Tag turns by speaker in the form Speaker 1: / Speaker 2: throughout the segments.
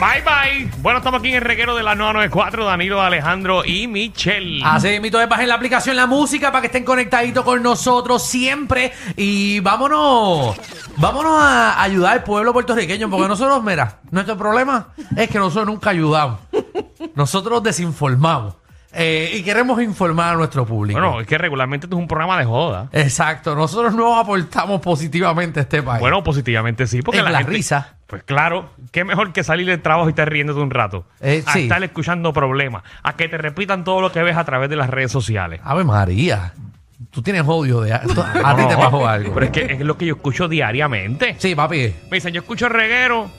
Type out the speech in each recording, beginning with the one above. Speaker 1: Bye bye. Bueno, estamos aquí en el reguero de la 994, Danilo, Alejandro y Michelle.
Speaker 2: Así mismo, es, bajen la aplicación La Música para que estén conectaditos con nosotros siempre. Y vámonos, vámonos a ayudar al pueblo puertorriqueño, porque nosotros, mira, nuestro problema es que nosotros nunca ayudamos. Nosotros desinformamos. Eh, y queremos informar a nuestro público.
Speaker 1: Bueno, es que regularmente esto es un programa de joda.
Speaker 2: Exacto, nosotros no aportamos positivamente a este país.
Speaker 1: Bueno, positivamente sí, porque
Speaker 2: En
Speaker 1: la,
Speaker 2: la
Speaker 1: gente-
Speaker 2: risa.
Speaker 1: Pues claro, qué mejor que salir del trabajo y estar riéndote un rato.
Speaker 2: Eh,
Speaker 1: a
Speaker 2: sí.
Speaker 1: estar escuchando problemas, a que te repitan todo lo que ves a través de las redes sociales.
Speaker 2: Ave María, tú tienes odio de... A, a ti
Speaker 1: No,
Speaker 2: te pasó algo.
Speaker 1: Pero es que es lo que yo escucho diariamente.
Speaker 2: Sí, papi.
Speaker 1: Me dicen, yo escucho el reguero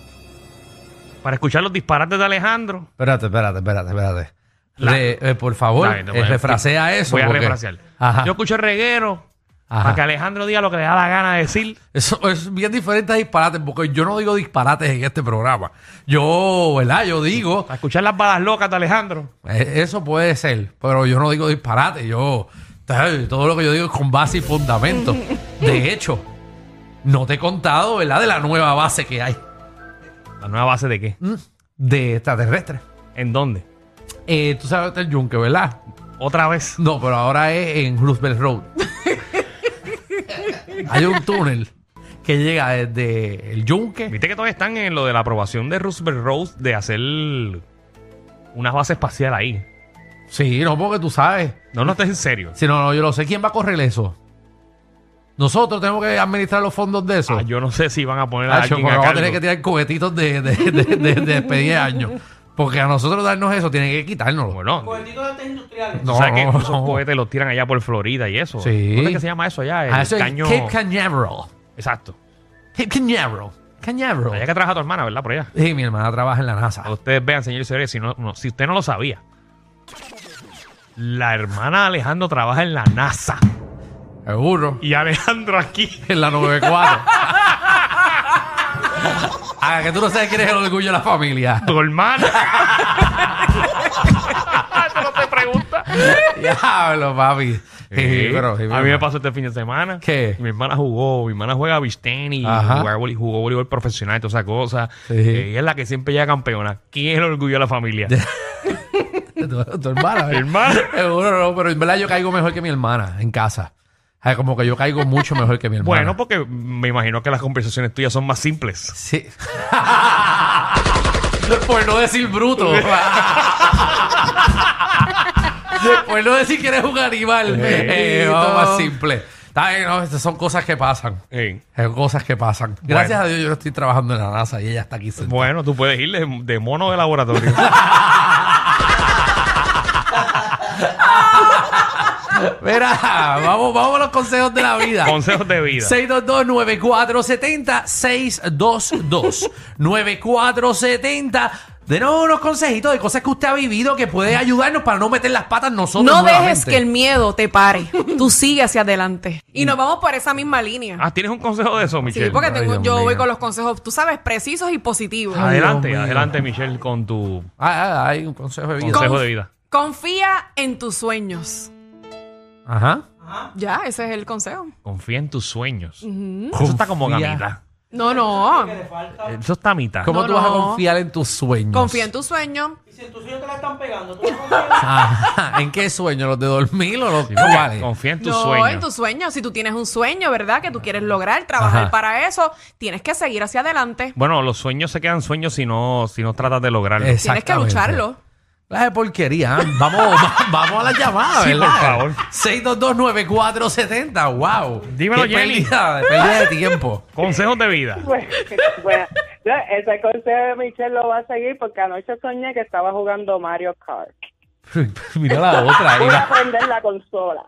Speaker 1: para escuchar los disparates de Alejandro.
Speaker 2: Espérate, espérate, espérate, espérate.
Speaker 1: La-
Speaker 2: Re- eh, por favor,
Speaker 1: Está bien,
Speaker 2: eh,
Speaker 1: voy a-
Speaker 2: refrasea eso.
Speaker 1: Voy a
Speaker 2: porque-
Speaker 1: refrasear.
Speaker 2: Ajá.
Speaker 1: Yo escucho el reguero
Speaker 2: Ajá.
Speaker 1: para que Alejandro diga lo que le da la gana de decir.
Speaker 2: Eso es bien diferente a disparates, porque yo no digo disparates en este programa. Yo, ¿verdad? Yo digo,
Speaker 1: Para escuchar las balas locas de Alejandro.
Speaker 2: eh, eso puede ser, pero yo no digo disparates. Yo, tal, todo lo que yo digo es con base y fundamento. De hecho, no te he contado, ¿verdad? De la nueva base que hay
Speaker 1: ¿La nueva base de qué?
Speaker 2: ¿m? de extraterrestres.
Speaker 1: ¿En dónde?
Speaker 2: Eh, tú sabes el yunque, ¿verdad?
Speaker 1: Otra vez.
Speaker 2: No, pero ahora es en Roosevelt Road. Hay un túnel que llega desde el Yunque.
Speaker 1: Viste que todavía están en lo de la aprobación de Roosevelt Rose de hacer una base espacial ahí.
Speaker 2: Sí, no, porque tú sabes.
Speaker 1: No, no estés en serio.
Speaker 2: Si no, no, yo lo sé. ¿Quién va a correr eso? Nosotros tenemos que administrar los fondos de eso.
Speaker 1: Ah, yo no sé si van a poner a
Speaker 2: Tacho,
Speaker 1: alguien
Speaker 2: porque
Speaker 1: a
Speaker 2: vamos a
Speaker 1: cargo.
Speaker 2: tener que tirar cohetitos de, de, de, de- de despedir de años. Porque a nosotros darnos eso, tienen que quitárnoslo.
Speaker 1: Bueno,
Speaker 3: Cohetitos de artes industriales.
Speaker 1: o sea que
Speaker 2: no,
Speaker 1: esos
Speaker 2: no.
Speaker 1: cohetes los tiran allá por Florida y eso.
Speaker 2: Sí.
Speaker 1: ¿Dónde es que se llama eso allá? El
Speaker 2: Ah, eso es
Speaker 1: caño-
Speaker 2: Cape Canaveral.
Speaker 1: Exacto.
Speaker 2: Cape Canaveral.
Speaker 1: Allá
Speaker 2: Canaveral.
Speaker 1: que trabaja tu hermana, ¿verdad? Por allá.
Speaker 2: Sí, mi hermana trabaja en la NASA.
Speaker 1: A ustedes vean, señor y señores, si, no, no- si usted no lo sabía. La hermana de Alejandro trabaja en la NASA.
Speaker 2: Seguro.
Speaker 1: Y Alejandro aquí.
Speaker 2: en la 94. Ah, que tú no sabes quién es el orgullo de la familia.
Speaker 1: Tu hermana. Eso no te pregunta.
Speaker 2: Diablo, papi. Sí, pero- sí,
Speaker 1: a mí me
Speaker 2: pero-
Speaker 1: pasó este fin de semana.
Speaker 2: ¿Qué?
Speaker 1: Mi hermana jugó, mi hermana juega beach tenis,
Speaker 2: Ajá.
Speaker 1: jugaba voli- jugó voleibol profesional y toda esa cosa.
Speaker 2: Sí.
Speaker 1: Eh, Ella es la que siempre llega campeona. ¿Quién es el orgullo de la familia?
Speaker 2: Tu, tu hermana.
Speaker 1: Mi
Speaker 2: ¿eh?
Speaker 1: hermana.
Speaker 2: Seguro no, pero en verdad yo caigo mejor que mi hermana en casa. Ay, como que yo caigo mucho mejor que mi hermana.
Speaker 1: Bueno, pues. porque me imagino que las conversaciones tuyas son más simples.
Speaker 2: Sí. Por no decir bruto. Por no decir que eres un animal. Eh, vamos más simple. Está bien, no, estas son cosas que pasan.
Speaker 1: Eh,
Speaker 2: Son cosas que pasan. Gracias a Dios yo no estoy trabajando en la NASA y ella está aquí. sentada.
Speaker 1: Bueno, tú puedes ir de, de mono de laboratorio.
Speaker 2: Mira, vamos, vamos a los consejos de la vida.
Speaker 1: Consejos de vida.
Speaker 2: 622-9470, 622-9470. Denos unos consejitos de cosas que usted ha vivido que puede ayudarnos para no meter las patas nosotros.
Speaker 4: No dejes
Speaker 2: nuevamente.
Speaker 4: que el miedo te pare. Tú sigue hacia adelante. Y nos vamos por esa misma línea.
Speaker 1: Ah, ¿tienes un consejo de eso,
Speaker 4: Sí,
Speaker 1: Michelle?
Speaker 4: porque
Speaker 2: Ay,
Speaker 4: tengo-
Speaker 2: Dios
Speaker 4: yo voy
Speaker 2: mío.
Speaker 4: con los consejos, tú sabes, precisos y positivos.
Speaker 2: Ay,
Speaker 1: adelante,
Speaker 2: Dios mío.
Speaker 1: adelante, Michelle, con tu
Speaker 2: Ah, ah, hay un consejo de vida.
Speaker 1: consejo
Speaker 4: Con-
Speaker 1: de vida.
Speaker 4: Confía en tus sueños.
Speaker 2: Ajá.
Speaker 4: Ya, ese es el consejo.
Speaker 1: Confía en tus sueños. Eso está como a
Speaker 2: Confía.
Speaker 1: mitad.
Speaker 4: No, no.
Speaker 3: Le falta.
Speaker 1: Eso está a mitad.
Speaker 2: ¿Cómo
Speaker 4: No,
Speaker 2: tú vas a
Speaker 4: no.
Speaker 2: confiar en tus sueños?
Speaker 4: Confía en tus sueños.
Speaker 3: Y si en tus hijos te la están pegando, tú no confías.
Speaker 2: Ajá. Ah, ¿En qué sueño? ¿Los de dormir o los cuáles?
Speaker 1: Confía en tus
Speaker 4: no,
Speaker 1: sueños.
Speaker 4: en tus sueños. Si tú tienes un sueño, ¿verdad? Que tú quieres lograr, trabajar
Speaker 2: Ajá.
Speaker 4: para eso, tienes que seguir hacia adelante.
Speaker 1: Bueno, los sueños se quedan sueños si no, si no tratas de lograrlo.
Speaker 2: Es-
Speaker 4: Tienes que
Speaker 2: Exactamente.
Speaker 4: lucharlo.
Speaker 2: La de porquería. ¿eh? Vamos, va- vamos a la llamada,
Speaker 1: Sí,
Speaker 2: ¿verdad?
Speaker 1: por favor.
Speaker 2: 6229470. Wow.
Speaker 1: Dímelo,
Speaker 2: Qué
Speaker 1: Jenny.
Speaker 2: Pérdida, de- pérdida de tiempo.
Speaker 1: Consejos de vida.
Speaker 5: Bueno, bueno, no, ese consejo de Michelle lo va a seguir porque anoche soñé que estaba jugando Mario Kart.
Speaker 2: Mira la otra. ahí
Speaker 5: Voy a
Speaker 2: va.
Speaker 5: prender la consola.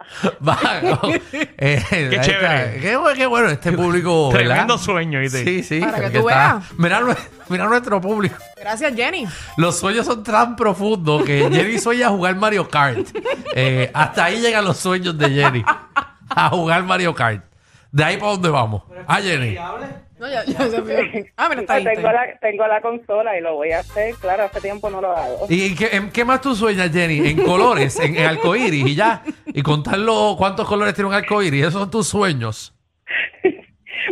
Speaker 2: Va, no. Eh, ahí está.
Speaker 1: chévere.
Speaker 2: Qué, bu- qué bueno este público. ¿verdad?
Speaker 1: Tremendo sueño, ¿viste?
Speaker 2: Sí, sí.
Speaker 4: Para que
Speaker 2: el
Speaker 4: tú
Speaker 2: está-
Speaker 4: veas.
Speaker 2: Mira, nue- mira nuestro público.
Speaker 4: Gracias, Jenny.
Speaker 2: Los sueños son tan profundos que Jenny sueña jugar Mario Kart. Eh, hasta ahí llegan los sueños de Jenny. A jugar Mario Kart. De ahí para dónde vamos. A Jenny.
Speaker 3: Fiable.
Speaker 4: No, ya- ya se me- Ah, mira, está ahí.
Speaker 5: Yo
Speaker 4: está
Speaker 5: tengo,
Speaker 4: ahí.
Speaker 5: la, tengo la consola y lo voy a hacer. Claro, hace tiempo no lo hago.
Speaker 2: ¿Y en qué, en qué más tú sueñas, Jenny? En colores, en, en arcoíris y ya. Y contar lo- cuántos colores tiene un arcoíris. Esos son tus sueños.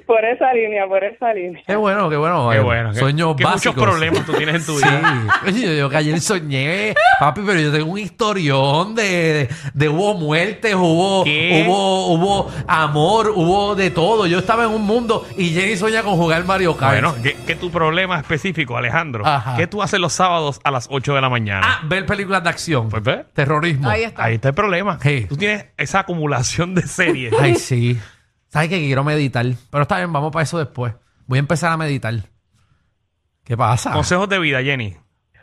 Speaker 5: Por esa línea, por esa línea.
Speaker 2: Qué bueno, qué bueno.
Speaker 1: Qué
Speaker 2: eh,
Speaker 1: bueno. que-
Speaker 2: Sueños
Speaker 1: que
Speaker 2: básicos.
Speaker 1: muchos problemas tú tienes en tu vida.
Speaker 2: Sí. Oye, yo, yo que ayer soñé, papi, pero yo tengo un historión de, de, de hubo muertes, hubo,
Speaker 1: ¿Qué?
Speaker 2: hubo, hubo amor, hubo de todo. Yo estaba en un mundo y Jenny soña con jugar Mario Kart.
Speaker 1: Ah, Bueno, ¿qué, qué tu problema específico, Alejandro?
Speaker 2: Ajá.
Speaker 1: ¿Qué tú haces los sábados a las 8 de la mañana?
Speaker 2: Ah, ver películas de acción.
Speaker 1: Pues ve.
Speaker 2: Terrorismo.
Speaker 4: Ahí está.
Speaker 1: Ahí está el problema.
Speaker 2: Sí.
Speaker 1: Tú tienes esa acumulación de series.
Speaker 2: Ay, sí. ¿Sabes que quiero meditar? Pero está bien, vamos para eso después. Voy a empezar a meditar. ¿Qué pasa?
Speaker 1: Consejos de vida, Jenny.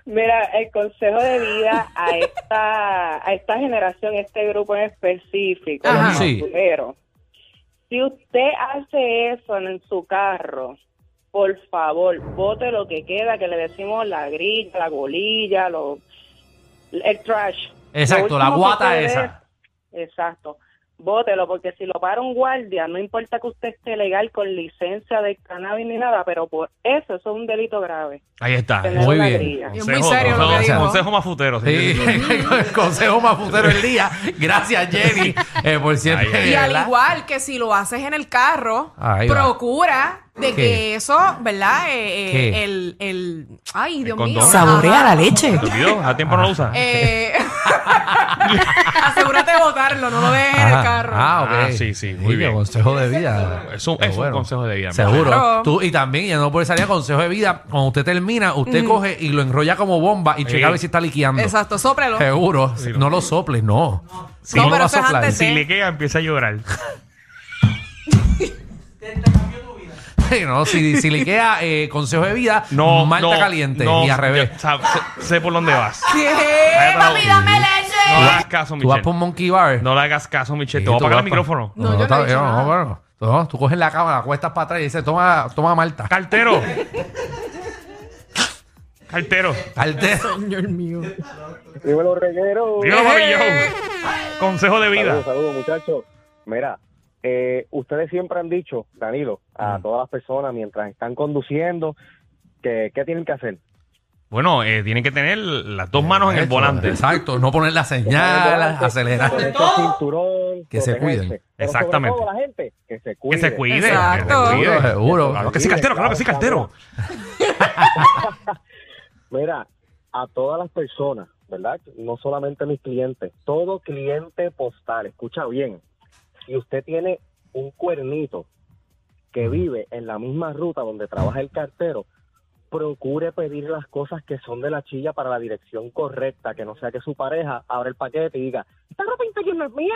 Speaker 5: Mira, el consejo de vida a esta, a esta generación, este grupo en específico, los
Speaker 4: Ajá.
Speaker 2: Sí.
Speaker 5: mazzuleros. si usted hace eso en su carro, por favor, bote lo que queda, que le decimos la grilla, la golilla, lo, el trash.
Speaker 2: Exacto,
Speaker 5: Lo
Speaker 2: la
Speaker 5: último que
Speaker 2: guata
Speaker 5: quede
Speaker 2: esa.
Speaker 5: es- exacto. Bótelo, porque si lo para un guardia, no importa que usted esté legal con licencia de cannabis ni nada, pero por eso, eso es un delito grave.
Speaker 1: Ahí está.
Speaker 5: Tener
Speaker 2: muy
Speaker 5: una
Speaker 2: bien.
Speaker 5: grilla.
Speaker 4: Es muy serio lo que
Speaker 1: consejo-
Speaker 4: dijo.
Speaker 1: consejo más futero.
Speaker 2: Sí, el consejo más putero del día. Gracias, Jenny, eh, por siempre.
Speaker 1: Ay, ay,
Speaker 4: Y al
Speaker 2: ¿verdad?
Speaker 4: igual que si lo haces en el carro,
Speaker 2: Ahí va.
Speaker 4: procura de
Speaker 2: ¿Qué?
Speaker 4: que eso, ¿verdad? Eh, eh,
Speaker 2: ¿Qué?
Speaker 4: el, el. Ay, Dios
Speaker 1: condón.
Speaker 4: mío.
Speaker 6: Saborea la leche.
Speaker 1: ¿Te olvidó? ¿A tiempo no lo usas?
Speaker 4: Eh, asegúrate de botarlo, no lo dejes en el carro.
Speaker 2: Ah, ok.
Speaker 1: Ah, sí, sí, muy
Speaker 2: qué
Speaker 1: bien.
Speaker 2: consejo de vida.
Speaker 1: Es un-
Speaker 2: Qué
Speaker 1: es un consejo de vida,
Speaker 2: Seguro.
Speaker 4: claro.
Speaker 2: Tú, y también, ya no puede salir a consejo de vida. Cuando usted termina, usted coge y lo enrolla como bomba y checa a ver si está liqueando.
Speaker 4: Mm. Exacto, sóprelo.
Speaker 2: Seguro. No lo soples, no.
Speaker 1: Sí.
Speaker 2: No
Speaker 1: No,
Speaker 2: lo
Speaker 1: pero
Speaker 2: va a
Speaker 4: eso es
Speaker 2: soplar.
Speaker 4: antes
Speaker 1: si le queda, empieza a llorar.
Speaker 3: Te, te cambió tu vida.
Speaker 2: Sí, no, si, si liquea, eh, consejo de vida,
Speaker 1: No,
Speaker 2: malta
Speaker 1: no,
Speaker 2: caliente
Speaker 1: no,
Speaker 2: y al revés.
Speaker 1: yo- sab- sé, sé por dónde vas.
Speaker 4: ¿Qué?
Speaker 1: Cállate la
Speaker 4: Eh, Papi,
Speaker 1: boca.
Speaker 4: dame leche.
Speaker 1: No le hagas caso,
Speaker 2: Tú vas
Speaker 1: Michelle.
Speaker 2: por un monkey bar.
Speaker 1: No le hagas caso, Michelle.
Speaker 2: Sí,
Speaker 1: Te voy a
Speaker 2: tú
Speaker 1: apagar el
Speaker 2: vas pa-
Speaker 1: micrófono.
Speaker 4: No, yo no he
Speaker 2: está-
Speaker 4: dicho nada.
Speaker 2: bueno. No, tú coges la cámara, la cuestas para atrás y dices, toma, toma Malta.
Speaker 1: Cartero. Cartero.
Speaker 2: Calte.
Speaker 4: Señor mío.
Speaker 7: Dímelo, reguero.
Speaker 1: Dígalo,
Speaker 4: Eh.
Speaker 1: papillón. Consejo de vida.
Speaker 7: Saludos, saludos, muchachos. Mira, eh, ustedes siempre han dicho, Danilo, a todas las personas mientras están conduciendo, que ¿qué tienen que hacer?
Speaker 1: Bueno, eh, tienen que tener las dos manos en el
Speaker 2: Eso,
Speaker 1: volante.
Speaker 2: Exacto, no poner la
Speaker 7: Poner el
Speaker 2: señal,
Speaker 7: volante,
Speaker 2: acelerar.
Speaker 7: ponerse el
Speaker 3: Todo.
Speaker 7: cinturón,
Speaker 2: Que se
Speaker 7: protegerse.
Speaker 2: cuiden.
Speaker 7: Pero sobre
Speaker 1: Exactamente.
Speaker 7: todo la gente, que se
Speaker 1: Que
Speaker 7: cuide.
Speaker 1: se cuide. que se
Speaker 4: Exacto.
Speaker 1: cuide.
Speaker 2: Seguro, seguro.
Speaker 1: Claro que sí, cartero. Claro que sí, cartero.
Speaker 7: Mira, a todas las personas, ¿verdad? No solamente a mis clientes, todo cliente postal, escucha bien. Si usted tiene un cuernito que vive en la misma ruta donde trabaja el cartero, procure pedir las cosas que son de la chilla para la dirección correcta, que no sea que su pareja abra el paquete y diga, ¿esta ropa interior no es mía?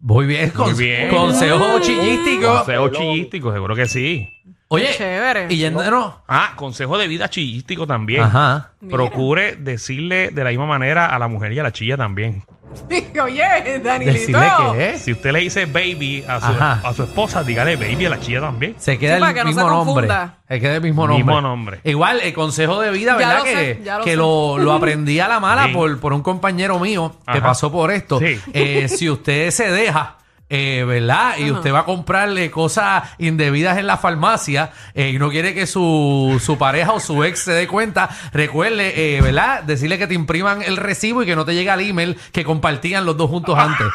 Speaker 2: Muy bien,
Speaker 1: Muy
Speaker 2: cons-
Speaker 1: bien.
Speaker 2: consejo chillístico.
Speaker 1: Consejo chillístico, seguro que sí.
Speaker 2: Oye,
Speaker 4: Chévere.
Speaker 2: y yéndonos.
Speaker 1: Ah, consejo de vida chillístico también.
Speaker 2: Ajá.
Speaker 4: Mira.
Speaker 1: Procure decirle de la misma manera a la mujer y a la chilla también.
Speaker 4: Oye, Danilito.
Speaker 2: Decirle que es.
Speaker 1: Si usted le dice baby a
Speaker 2: Ajá.
Speaker 1: su, a su esposa, dígale baby a la chilla también.
Speaker 2: Se queda
Speaker 4: Sí, para
Speaker 2: el
Speaker 4: que no se
Speaker 2: mismo nombre.
Speaker 4: confunda.
Speaker 2: Se queda el mismo nombre.
Speaker 1: Mismo nombre.
Speaker 2: Igual, el consejo de vida,
Speaker 4: Ya
Speaker 2: ¿verdad?
Speaker 4: lo
Speaker 2: que
Speaker 4: sé, ya lo
Speaker 2: que
Speaker 4: sé.
Speaker 2: lo, lo aprendí a la mala
Speaker 1: Sí.
Speaker 2: por, por un compañero mío que
Speaker 1: Ajá.
Speaker 2: pasó por esto.
Speaker 1: Sí.
Speaker 2: Eh, si usted se deja. eh, ¿Verdad? Y usted va a comprarle cosas indebidas en la farmacia eh, y no quiere que su, su pareja o su ex se dé cuenta. Recuerde, eh, ¿verdad? Decirle que te impriman el recibo y que no te llegue el email que compartían los dos juntos antes.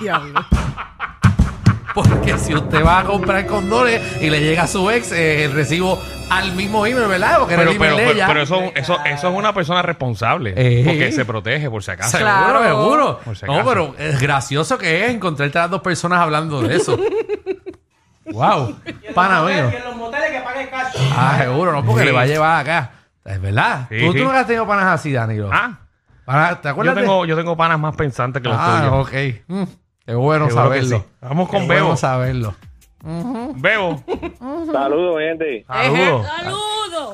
Speaker 4: Diablo.
Speaker 2: Porque si usted va a comprar condones y le llega a su ex eh, el recibo al mismo email, ¿verdad? Porque
Speaker 1: Pero,
Speaker 2: era el
Speaker 1: pero,
Speaker 2: email de
Speaker 1: pero,
Speaker 2: ella.
Speaker 1: pero eso, eso, eso es una persona responsable.
Speaker 2: Eh.
Speaker 1: Porque se protege, por si acaso.
Speaker 4: Claro.
Speaker 2: Seguro, seguro.
Speaker 1: Por si
Speaker 2: no,
Speaker 1: acaso.
Speaker 2: pero es gracioso que es encontrarte a las dos personas hablando de eso. wow.
Speaker 3: Y en
Speaker 2: Pana
Speaker 3: los moteles-
Speaker 2: mío.
Speaker 3: Y en los moteles que pague cash.
Speaker 2: Ah, seguro, no, porque
Speaker 1: Sí.
Speaker 2: le va a llevar acá. Es verdad.
Speaker 1: Sí,
Speaker 2: ¿Tú, tú
Speaker 1: sí.
Speaker 2: nunca has tenido panas así, Danilo.
Speaker 1: Ah,
Speaker 2: Panas- ¿Te
Speaker 1: yo
Speaker 2: acuerdas de-
Speaker 1: tengo, yo tengo panas más pensantes que los
Speaker 2: Ah,
Speaker 1: tuyos.
Speaker 2: ok. Mm, qué bueno
Speaker 1: Seguro que
Speaker 2: saberlo.
Speaker 1: sí. Vamos con
Speaker 2: Qué
Speaker 1: Bebo.
Speaker 2: bueno saberlo.
Speaker 1: Bebo,
Speaker 7: Saludos, gente.
Speaker 1: saludos.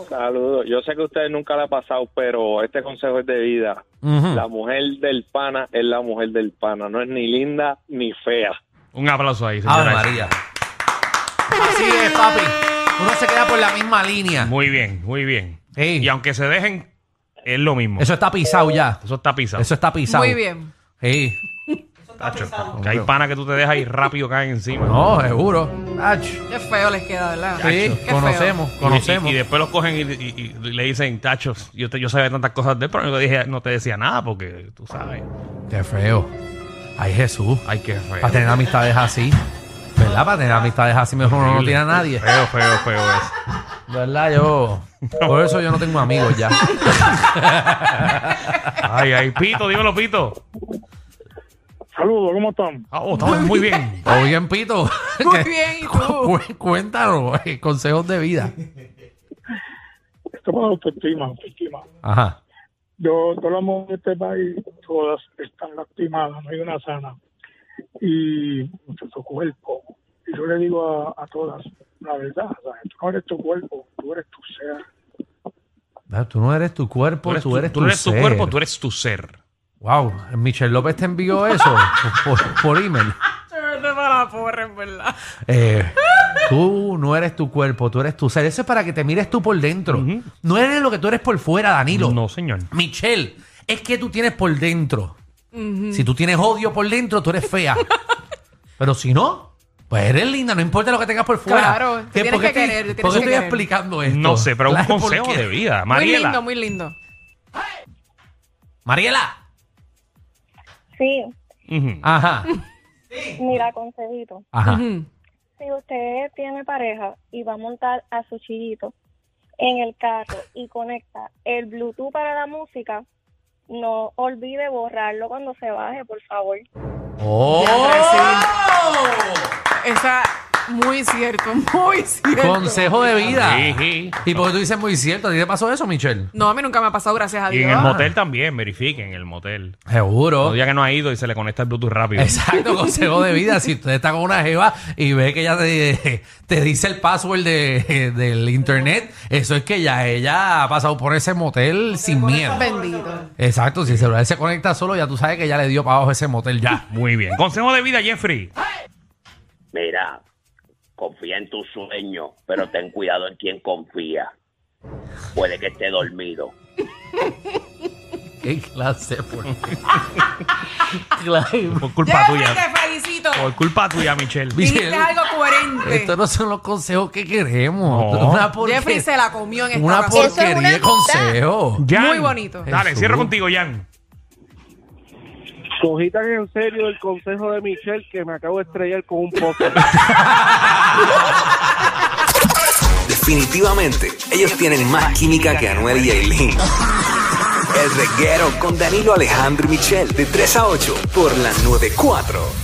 Speaker 7: Saludos. Yo sé que a ustedes nunca la ha pasado, pero este consejo es de vida.
Speaker 2: Ujú.
Speaker 7: La mujer del pana es la mujer del pana. No es ni linda ni fea.
Speaker 1: Un aplauso ahí, señora.
Speaker 2: Ave María. Así es, papi. Uno se queda por la misma línea.
Speaker 1: Muy bien, muy bien.
Speaker 2: Ey.
Speaker 1: Y aunque se dejen, es lo mismo. Eso,
Speaker 2: Eso está pisado ya.
Speaker 1: está pisado.
Speaker 2: Eso está pisado.
Speaker 4: Muy bien.
Speaker 2: Sí.
Speaker 3: Eso está
Speaker 1: Tacho,
Speaker 3: pesado.
Speaker 1: que hay pana que tú te dejas y rápido caen encima.
Speaker 2: No, seguro. Ach,
Speaker 4: Qué feo les queda, ¿verdad?
Speaker 2: sí,
Speaker 4: Qué
Speaker 2: conocemos,
Speaker 1: Y-
Speaker 2: conocemos.
Speaker 1: Y, y después los cogen y, y- y le dicen, tachos, yo, te- yo sabía tantas cosas de él, pero no te, dije, no te decía nada porque tú sabes.
Speaker 2: Qué feo. Ay, Jesús.
Speaker 1: Ay, qué feo.
Speaker 2: Para tener amistades así. ¿verdad? Para tener amistades así mejor uno no tiene a nadie.
Speaker 1: Feo, feo, feo eso.
Speaker 2: ¿Verdad? Yo. Por eso yo no tengo amigos ya.
Speaker 1: Ay, ay, Pito, dímelo, Pito.
Speaker 7: Saludos, ¿cómo están?
Speaker 1: Ah, Oh, estamos muy bien.
Speaker 2: O bien, Pito.
Speaker 4: Muy
Speaker 2: que-
Speaker 4: bien, ¿y tú?
Speaker 2: cu- Cuéntanos, eh, consejos de vida.
Speaker 7: Esto para autoestima, autoestima.
Speaker 2: Ajá.
Speaker 7: Yo, todas las mujeres de este país, todas están lastimadas, no hay una sana. Y mucho su cuerpo. Y yo le digo a, a todas, la verdad, ¿sabes? tú no eres tu cuerpo, tú eres tu ser.
Speaker 2: Ah, Tú no eres tu cuerpo, tú eres tu,
Speaker 1: tú no eres tu
Speaker 2: ser.
Speaker 1: cuerpo, tú eres tu ser.
Speaker 2: Wow, Michelle López te envió eso por, por email.
Speaker 4: Se vete para la porra, en verdad.
Speaker 2: Eh, tú no eres tu cuerpo, tú eres tu ser. Eso es para que te mires tú por dentro.
Speaker 1: Ujú.
Speaker 2: No eres lo que tú eres por fuera, Danilo.
Speaker 1: No, señor.
Speaker 2: Michelle, es que tú tienes por dentro. Si tú tienes odio por dentro, tú eres fea. Pero si no, pues eres linda, no importa lo que tengas por fuera.
Speaker 4: Claro, te
Speaker 2: ¿Qué-
Speaker 4: tienes
Speaker 2: por qué
Speaker 4: que
Speaker 2: estoy-
Speaker 4: querer, te
Speaker 2: ¿Por
Speaker 4: tienes
Speaker 2: qué
Speaker 4: que
Speaker 2: estoy
Speaker 4: querer.
Speaker 2: explicando esto?
Speaker 1: No sé, pero un
Speaker 2: Claro, ¿por
Speaker 1: consejo
Speaker 2: qué?
Speaker 1: de vida.
Speaker 4: Muy lindo,
Speaker 1: Mariela.
Speaker 4: muy lindo.
Speaker 2: Mariela.
Speaker 6: Sí,
Speaker 1: Ujú.
Speaker 2: Ajá.
Speaker 6: mira, concebito.
Speaker 2: Ajá.
Speaker 4: Ujú.
Speaker 6: Si usted tiene pareja y va a montar a su chillito en el carro y conecta el Bluetooth para la música, no olvide borrarlo cuando se baje, por favor.
Speaker 2: ¡Oh!
Speaker 4: Esa, muy cierto, muy cierto.
Speaker 2: Consejo de vida.
Speaker 1: Sí, sí.
Speaker 2: Y porque tú dices muy cierto, ¿a ti te pasó eso, Michelle?
Speaker 4: No, a mí nunca me ha pasado, gracias a
Speaker 1: Y
Speaker 4: Dios.
Speaker 1: en el motel también, verifiquen en el motel.
Speaker 2: Seguro.
Speaker 1: Todavía que no ha ido y se le conecta el Bluetooth rápido.
Speaker 2: Exacto, consejo de vida. Si usted está con una jeva y ve que ella te, te dice el password de- del internet, eso es que ya ella ha pasado por ese motel sin miedo.
Speaker 4: Bendito.
Speaker 2: Exacto, si el celular se conecta solo, ya tú sabes que ya le dio para abajo ese motel ya.
Speaker 1: Ah, Muy bien. Consejo de vida, Jeffrey.
Speaker 8: Mira, confía en tus sueños, pero ten cuidado en quien confía. Puede que esté dormido.
Speaker 2: Qué clase, por Claro.
Speaker 1: Por culpa
Speaker 4: Jeffrey,
Speaker 1: tuya.
Speaker 4: te felicito.
Speaker 1: Por culpa tuya, Michelle.
Speaker 2: Michelle,
Speaker 4: Dijiste algo coherente.
Speaker 2: Estos no son los consejos que queremos.
Speaker 1: No.
Speaker 2: Una porquería.
Speaker 4: Jeffrey se la comió en esta
Speaker 2: Una
Speaker 4: ocasión.
Speaker 6: Eso es
Speaker 2: porquería
Speaker 6: una
Speaker 2: de consejo.
Speaker 1: Jan.
Speaker 4: Muy bonito.
Speaker 1: Dale,
Speaker 2: Jesús.
Speaker 1: cierro contigo, Jan.
Speaker 7: Cogitan en serio el consejo de Michelle que me acabo de estrellar con un poco.
Speaker 9: Definitivamente, ellos tienen más química que Anuel y Aileen. El reguero con Danilo Alejandro y Michel de 3 a 8 por la 94.